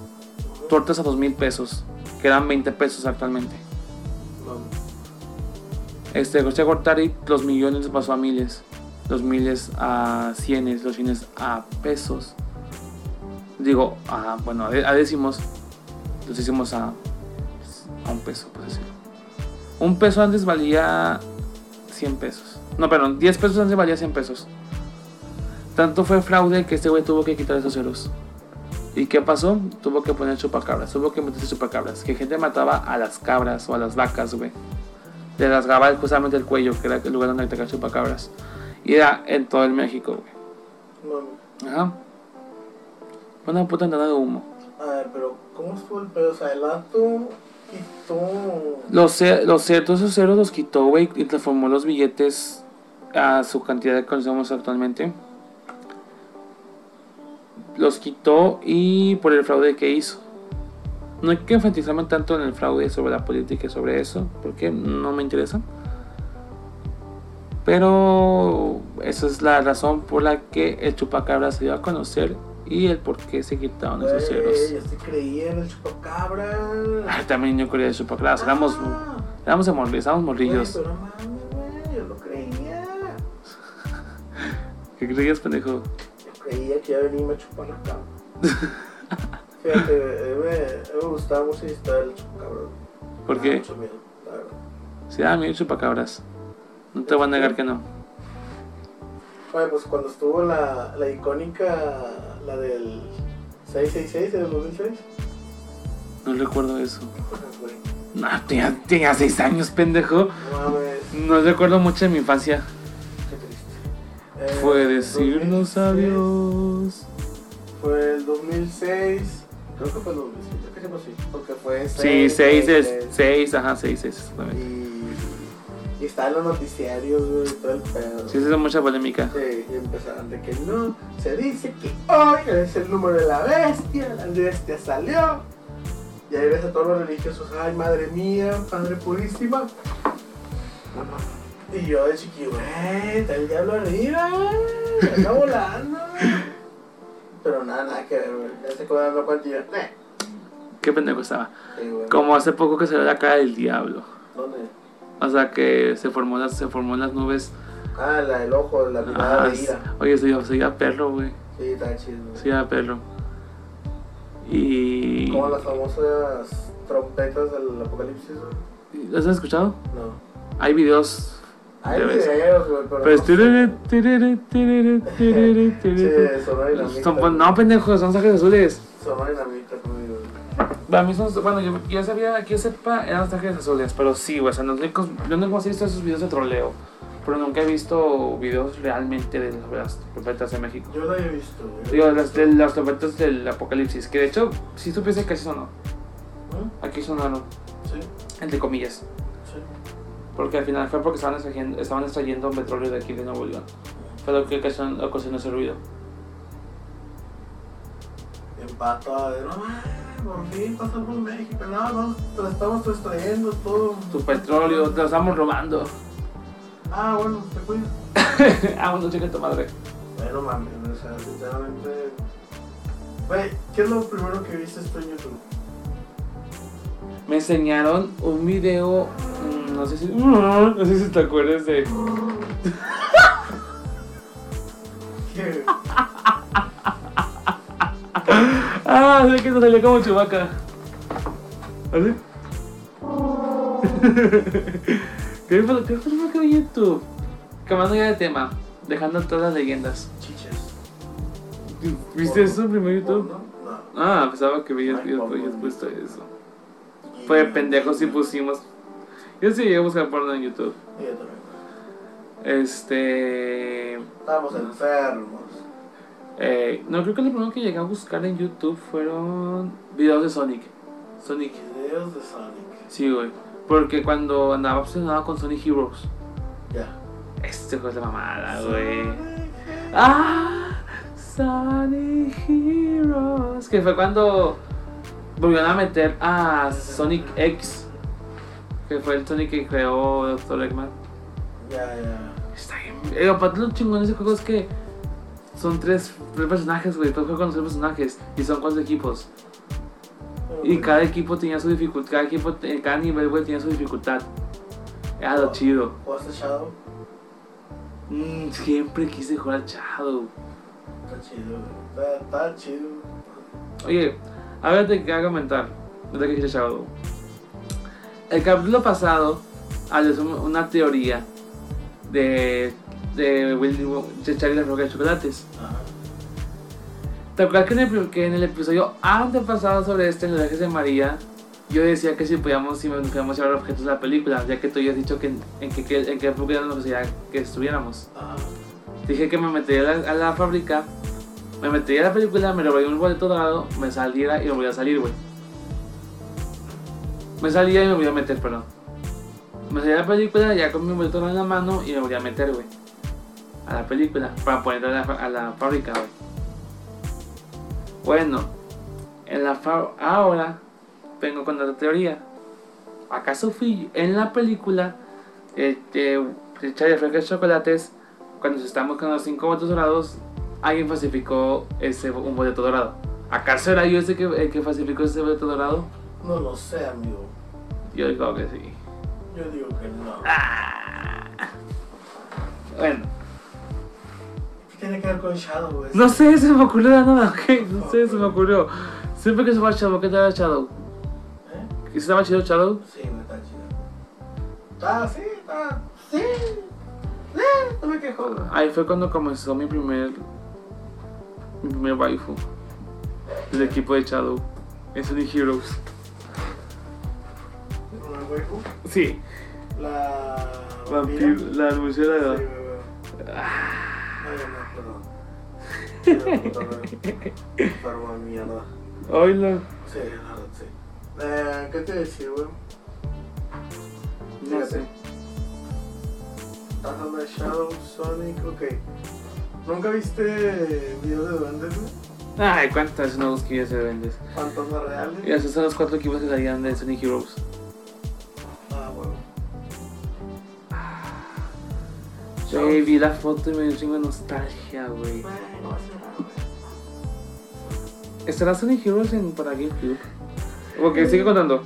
tortas a dos mil pesos, que eran 20 pesos actualmente.
No.
Este, José Gortari, los millones pasó a miles, los miles a cienes, los cienes a pesos. Digo, a, bueno, a, de- a décimos, los hicimos a, a un peso, por decirlo. Un peso antes valía 100 pesos. No, perdón, 10 pesos antes valía 100 pesos. Tanto fue fraude que este güey tuvo que quitar esos ceros. ¿Y qué pasó? Tuvo que poner chupacabras, tuvo que meterse chupacabras. Que gente mataba a las cabras o a las vacas, güey le rasgaba justamente el cuello, que era el lugar donde atacar chupacabras. Y era en todo el México, güey.
No.
Ajá. Fue Una puta entrada de humo.
A ver, pero ¿cómo estuvo el pedo? O sea, el vato quitó.
Los, ce- los ciertos esos ceros los quitó, güey, y transformó los billetes a su cantidad que conocemos actualmente. Los quitó y por el fraude que hizo. No hay que enfatizarme tanto en el fraude sobre la política y sobre eso, porque no me interesa. Pero esa es la razón por la que el chupacabra se dio a conocer y el por qué se quitaron
Güey,
esos ceros.
yo sí creía en el chupacabra.
Ay, también yo quería el chupacabra, éramos,
Ah,
éramos morri- estábamos morrillos.
güey, pero no mames, güey, yo lo creía.
¿Qué creías, pendejo?
Yo creía que iba a venir y me chupar la cama. Fíjate, eh, me, me gustaba mucho y estaba el chupacabra.
¿Por
Me
qué?
daba Mucho miedo, la verdad.
Sí, ah, mira, chupacabras. No te voy a negar que no.
Oye, pues cuando estuvo la, la icónica, la del 666 del 2006.
No recuerdo eso.
Pues, güey,
No, tenía, tenía seis años, pendejo.
No mames,
No recuerdo mucho de mi infancia.
qué triste. Eh,
Fue decirnos
2006,
adiós.
Fue el 2006. Creo que fue el 2006, creo que sí, pues sí, porque fue
Sí, seis
666.
es. Seis, ajá, seis es. exactamente.
Y, y estaban los noticiarios, güey, todo el pedo.
Sí, se hizo mucha polémica.
Sí, y empezaron de que no, se dice que hoy es el número de la bestia, la bestia salió. Y ahí ves a todos los religiosos, ay madre mía, padre purísima. Y yo de chiquillo, "Güey, está el diablo arriba, güey, está volando. Pero nada, nada que ver, güey, ya se quedó dando cuenta y yo, "Eh,
qué pendejo estaba.
Sí, güey.
Como hace poco que se ve la cara del diablo.
¿Dónde?
O sea, que se formó en las, se formó en las nubes.
Ah, la del ojo, la mirada
Ajá,
de ira.
oye, soy, soy a perro, güey.
Sí, está chido. güey.
Soy a perro. Y...
Como las famosas trompetas del apocalipsis, güey.
¿Las has escuchado?
No.
Hay videos...
Hay
de veces.
videos, güey, pero.
Pero es
no-
tirere, tirere, tirere, tirere, tirere.
Sí, sonora dinamita.
Son- pues, no, pendejos, son trajes azules.
Sonora dinamita, güey, güey.
Para mí son, bueno, yo, yo sabía, que yo sepa, eran trajes azules, pero sí, güey, o sea, los únicos, yo nunca he visto esos videos de troleo, pero nunca he visto videos realmente de las- las trompetas de México.
Yo lo he visto, güey.
Digo, las, de, las trompetas del apocalipsis, que de hecho, si supiese que así sonó,
¿Mm?
aquí sonaron,
Sí,
entre comillas,
sí.
porque al final fue porque estaban extrayendo, estaban extrayendo petróleo de aquí de Nuevo León. Fue lo que ocasionó ocasionó ese ruido.
Empata de no mames, por fin pasamos México, nada más te la estamos extrayendo todo.
Tu petróleo, te lo estamos robando.
Ah, bueno, te cuidas.
ah, bueno, chica tu madre.
Bueno, mames, o sea, sinceramente. Güey, ¿qué es lo primero que viste este tú en YouTube?
me enseñaron un video, mm, no sé si, mm, no sé si te acuerdas de,
¿Qué?
ah, sé que te salió como ¿Ah, chubaca, ¿así? ¿Qué fue, ¿Qué fue lo que vi en YouTube? Cambiando ya de tema, dejando todas las leyendas.
Chiches.
¿Viste eso en primer YouTube?
¿Porno? No.
Ah, pensaba que veías
Ay,
videos
porno.
tuyos puesto eso. Fue pendejo si pusimos. Yo sí llegué a buscar porno en YouTube.
Y yo también.
Este.
Estamos enfermos.
Eh, no, creo que lo primero que llegué a buscar en YouTube fueron videos de Sonic. Sonic,
Videos de Sonic.
sí, güey. Porque cuando andaba obsesionado con Sonic Heroes,
Ya.
este juego es la mamada, güey. ¡Ah! Sonic Heroes. Que fue cuando volvieron a meter a Sonic X. Que fue el Sonic que creó Dr. Eggman.
Ya, ya.
Está bien. Eh, aparte lo chingón de ese juego es que son tres, tres personajes, güey. Puedes jugar con los tres personajes y son cuatro equipos. Y cada equipo tenía su dificultad, cada equipo, te- cada nivel, güey, tenía su dificultad. Era lo chido.
¿Jugaste Shadow?
Mm, siempre quise jugar al Shadow.
Está chido, güey. Está, está chido.
Oye, ahora te que comentar, no te quise Shadow. El capítulo pasado hablé sobre una teoría de, de Willy Won- de Charlie y la fábrica de chocolates.
Ajá.
¿Te acuerdas que en el, pri- que en el episodio antepasado sobre este, en los ejes de María, yo decía que si podíamos, si nos podíamos llevar objetos a la película, ya que tú habías dicho que en, en que, que- en qué época de la sociedad que estuviéramos?
Ajá.
Dije que me metería a la, a la fábrica, me metería a la película, me robaría un boleto dorado, me saliera y me volvía a salir, güey. Me salía y me volvía a meter, perdón. Me salía a la película ya con mi boleto dorado en la mano y me volvía a meter, güey. A la película, para poner a la, fa- a la fábrica, güey. Bueno, en la fa- ahora vengo con otra teoría. ¿Acaso fui en la película este, de Charlie Franco de Chocolates, cuando se están buscando los cinco boletos dorados, alguien falsificó ese, un boleto dorado? ¿Acaso era yo ese que, el que falsificó ese boleto dorado?
No lo sé, amigo.
Yo digo que sí.
Yo digo que no.
Bueno,
¿Qué tiene que ver con Shadow, güey?
no sé, se me ocurrió de nada, ok, no sé, se me ocurrió. Siempre que se va Shadow, ¿qué te da Shadow?
¿Eh?
¿Y se llama Shadow Shadow?
Sí, güey, está chido. Está, sí, está. Sí. Sí, no me quejo, güey.
Ahí fue cuando comenzó mi primer. Mi primer waifu. Del equipo de Shadow. En Sonic Heroes.
Con el hueco.
Sí.
La.
Vampir,
vampira.
la
Sí,
murciélaga.
güey, güey. Ay, no, perdón. Sí, la puta madre. Enfermo de mierda.
Oílo.
Sí, la verdad, sí. Eh, ¿Qué te decía, güey?
No sé.
Estás hablando Ah, de Shadow, Sonic, ok. ¿Nunca viste videos de duendes, güey?
Ay, cuántas nuevos que ya se vendes.
Fantasmas
Y
reales.
esos son los cuatro equipos que salían de Sonic Heroes.
Ah, huevo.
Güey, vi la foto y me dio un chingo de nostalgia, güey.
Bueno, será, güey.
¿Estará Sonic Heroes en, para GameCube? Eh, Ok, sigue contando.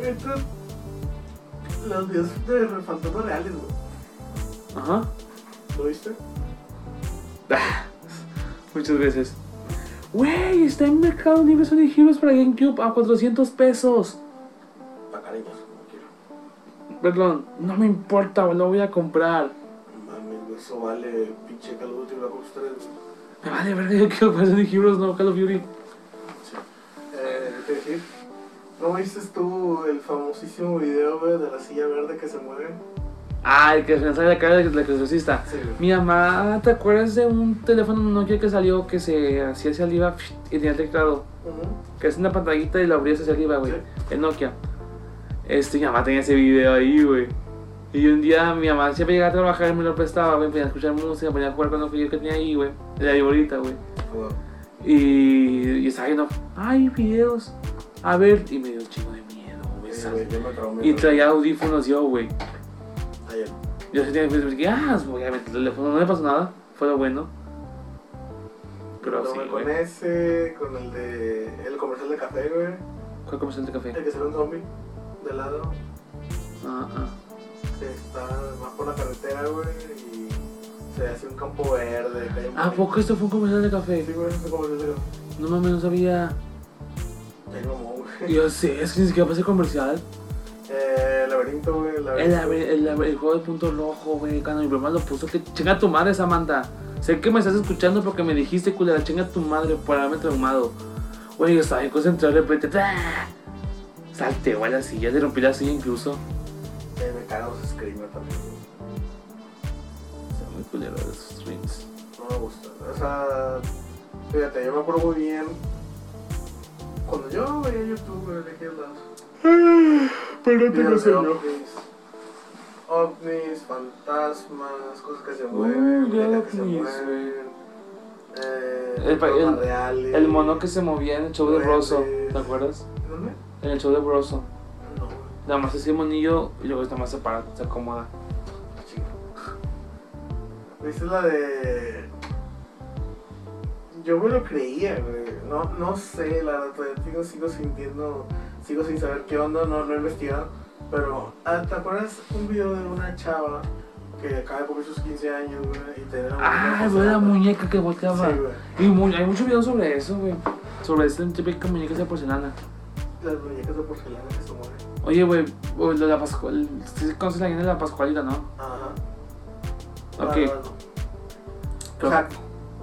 Estos. Ah, Los dioses de los fantasmas reales, güey.
Ajá.
¿Lo viste?
Muchas veces. Wey, está en Mercado Libre Sonic Heroes para GameCube a 400 pesos.
Pacariños, como quiero.
Perdón, no me importa, lo voy a comprar.
No Mames, güey, eso vale pinche Call of Duty Black Ops 3, güey.
Me vale verga, yo quiero jugar Sonic Heroes, no Call of Duty.
Sí. Eh, ¿qué te decir? ¿No viste tú el famosísimo video, güey, de la silla verde que se mueve?
Ah, el que se sale la cara del exorcista.
Sí,
Mi mamá, ¿te acuerdas de un teléfono Nokia que salió que se hacía hacia arriba psh, y tenía teclado? Que es una pantallita y la abrías hacia arriba, güey.
Sí.
El Nokia. Este, mi mamá tenía ese video ahí, güey. Y un día mi mamá siempre llegaba a trabajar y me lo prestaba, güey. Ponía a escuchar música, ponía a jugar con lo que yo que tenía ahí, güey. La viborita, güey. Y, y estaba viendo, ay, videos. A ver, y me dio un chingo de miedo, güey. ¿sabes?
Eh, yo me traumé.
Y traía audífonos yo, güey.
Ayer.
Yo sentía que me dije, ah, voy a meter el teléfono, no me pasó nada, fue lo bueno. Pero
Lo
sí,
me-
güey.
con ese, con el de. El comercial de café, güey.
¿Cuál comercial de café?
El que sale un zombie. De lado.
Ah, ah.
Se está más por la carretera, güey. Y se hace un campo verde. que hay un-
¿A poco esto fue un comercial de
Sí,
café?
güey, ese comercial de café.
No mames, no sabía.
Ya hay mamón, güey.
Yo sé, es que ni siquiera pasé comercial.
Eh, el laberinto, güey. El
El,
laberinto.
abre- el, abre- el juego de punto rojo, güey, cuando mi mamá lo puso, que chinga tu madre, Samantha. Sé que me estás escuchando porque me dijiste, culera, chinga tu madre por haberme traumado. Güey, yo estaba bien concentrado de repente. ¡tah! Salte, güey, la silla, te rompí la silla incluso.
Eh, me cagan los screamers también, güey.
Está muy culero de esos streams.
No me gusta. O sea, fíjate, yo me acuerdo muy bien. Cuando yo veía YouTube, güey, de que las.
Pero
videos de ovnis, ovnis, fantasmas, cosas que se
Uy,
mueven,
ya
muñecas que se
ovnis,
mueven. Eh,
El pa-
fantasmas
el-
reales.
El mono que se movía en el show de Rosso, ¿te acuerdas?
¿Dónde?
En el show de Rosso.
No, güey,
Nada más ese monillo y luego nada más se para, se acomoda.
chico. ¿Viste la de.? Yo me lo creía, güey. No, no sé, la verdad, todavía sigo, sigo sintiendo, sigo sin saber qué onda, no lo he investigado. Pero, ah, ¿te acuerdas un video de una chava que acaba de cumplir sus 15 años, güey? Y tenía una
Ah,
muñeca
güey, la
rosada?
muñeca que volteaba.
Sí, güey.
Y mu- hay muchos videos sobre eso, güey. Sobre ese típico muñeca de porcelana.
Las muñecas de porcelana que se mueven.
Oye, güey, o lo de la Pascual. Sí, conoces la leyenda de la Pascualita, ¿no?
Ajá.
Ok.
Ah, no. O sea,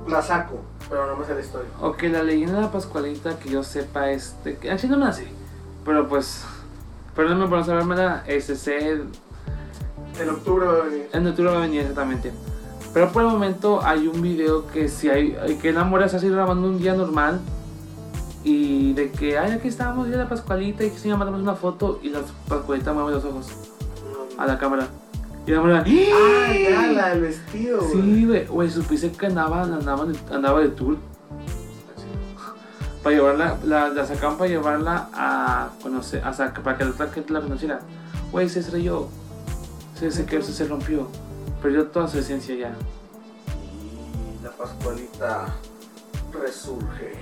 la saco, pero no me sé la historia.
Ok, la leyenda de la Pascualita que yo sepa es. De, que- actually, no me la sé. Pero pues. Perdóname por no sabérmela. Este, sé
En octubre va a venir.
En el va a venir exactamente. Pero por el momento hay un video que si hay que la mora está así grabando un día normal y de que ay aquí estábamos ya la Pascualita y que si ya mandamos una foto y la Pascualita mueve los ojos a la cámara. Y la mora
Ah, ya, la del vestido, güey.
Sí, güey, güey, supiste que andaba, andaba, de- andaba de tour para llevarla, la, la sacaban para llevarla a conocer, a sac- para que la otra gente la conociera. Güey, se estrelló, se, se, quedó- se rompió, perdió toda su esencia ya.
Y la Pascualita resurge.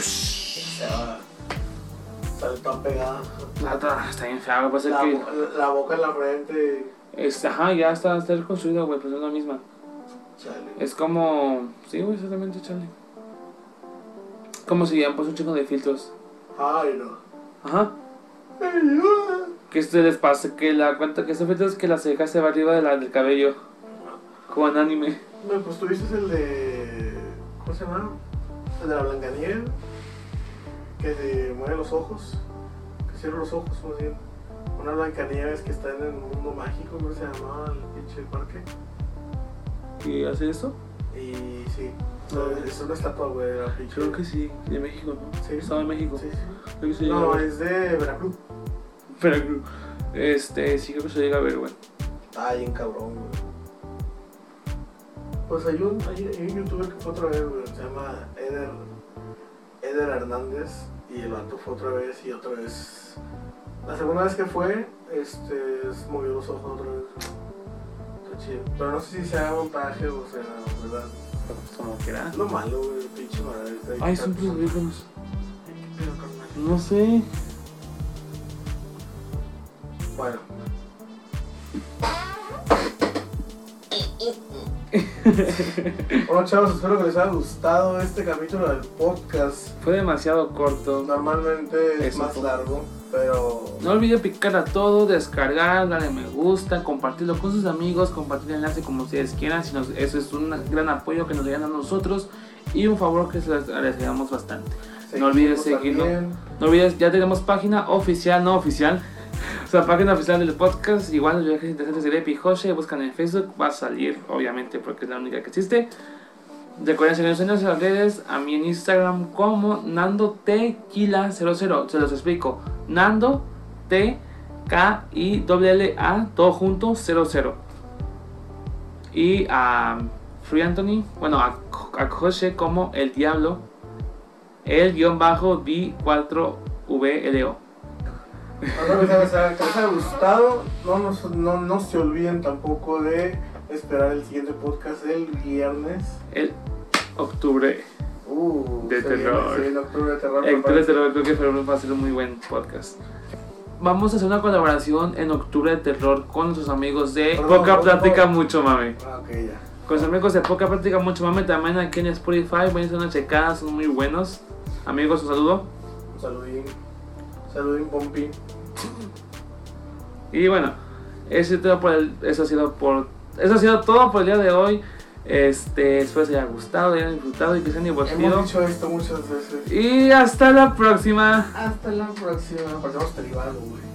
Se va. Sale tan pegada.
La otra está bien fea, güey. Pues es
La,
que.
bo- la boca en la frente.
es- ajá, ya está, está reconstruida, güey, pues es la misma.
Chale.
Es como. Sí, güey, exactamente, chale. Como si ya pues un chico de filtros.
Ay, no.
Ajá.
Ayuda.
Que esto les pasa, que la cuenta que esos filtros que la ceja se va arriba de la, del cabello. Como en anime.
No, pues tuviste el de. ¿Cómo se llama? El de la Blancanieves. Que se mueve los ojos. Que cierra los ojos, como si. Una Blancanieves que está en el mundo mágico, creo que se llamaba el pinche parque.
¿Y hace eso?
Y sí. No, es una estatua, güey, de la pinche.
Creo que sí, de México, ¿no?
Sí.
Estado de México.
Sí, sí.
Creo que se llega
No,
a ver.
es de Veracruz.
Veracruz. Este, sí, creo que se llega a ver, güey.
Ay, en cabrón, güey. Pues hay un, hay, hay un youtuber que fue otra vez, güey, se llama Eder, Eder Hernández, y el vato fue otra vez y otra vez. La segunda vez que fue, este, se movió los ojos otra vez. güey. Está chido. Pero no sé si sea montaje o sea, verdad.
Como que era.
Es lo malo, güey, pinche madre. está ahí
Ay,
tanto-
son tus audífonos.
¿Qué
No sé.
Bueno. bueno chavos, espero que les haya gustado este capítulo del podcast.
Fue demasiado corto.
Normalmente es
Eso
más
fue.
largo, pero
No olviden picar a todo, descargar, darle me gusta, compartirlo con sus amigos, compartir el enlace como ustedes quieran. Si nos- eso es un gran apoyo que nos dan a nosotros y un favor que se les agradecemos bastante. No olvides seguirnos.
también.
No olvides, ya tenemos página oficial, no oficial. O sea, página oficial del podcast. Igual los viajes interesantes de Epi Joshe, buscan en Facebook, va a salir, obviamente, porque es la única que existe. Recuerden seguirnos en nuestras redes, a mí en Instagram como Nando Tequila 00. Se los explico. Nando T K I L A todo junto 00. Y a Free Anthony, bueno, a, a Joshe como El Diablo el guión bajo B4VLO.
Espero que les haya- que les haya gustado. No, nos- no, no se olviden tampoco de esperar el siguiente podcast el viernes.
El octubre.
Uh,
De
se viene,
terror.
se viene octubre de terror.
El octubre de
prepárense.
terror creo que fue- va a ser un muy buen podcast. Vamos a hacer una colaboración en octubre de terror con nuestros amigos de
Perdón,
Poca
perdón,
Plática
perdón.
Mucho Mame.
Ah, ok, ya.
Con los amigos de Poca Plática Mucho Mame también aquí en Spotify. Vayan a hacer una checada, son muy buenos. Amigos, un saludo.
Un saludín. Saludín, Pompi.
Y bueno, eso, ha sido por el- eso ha sido por eso ha sido todo por el día de hoy. Este, espero que les haya gustado, hayan disfrutado y que se hayan divertido.
Hemos dicho esto muchas veces.
Y hasta la próxima.
Hasta la próxima. Parecemos talibán, güey.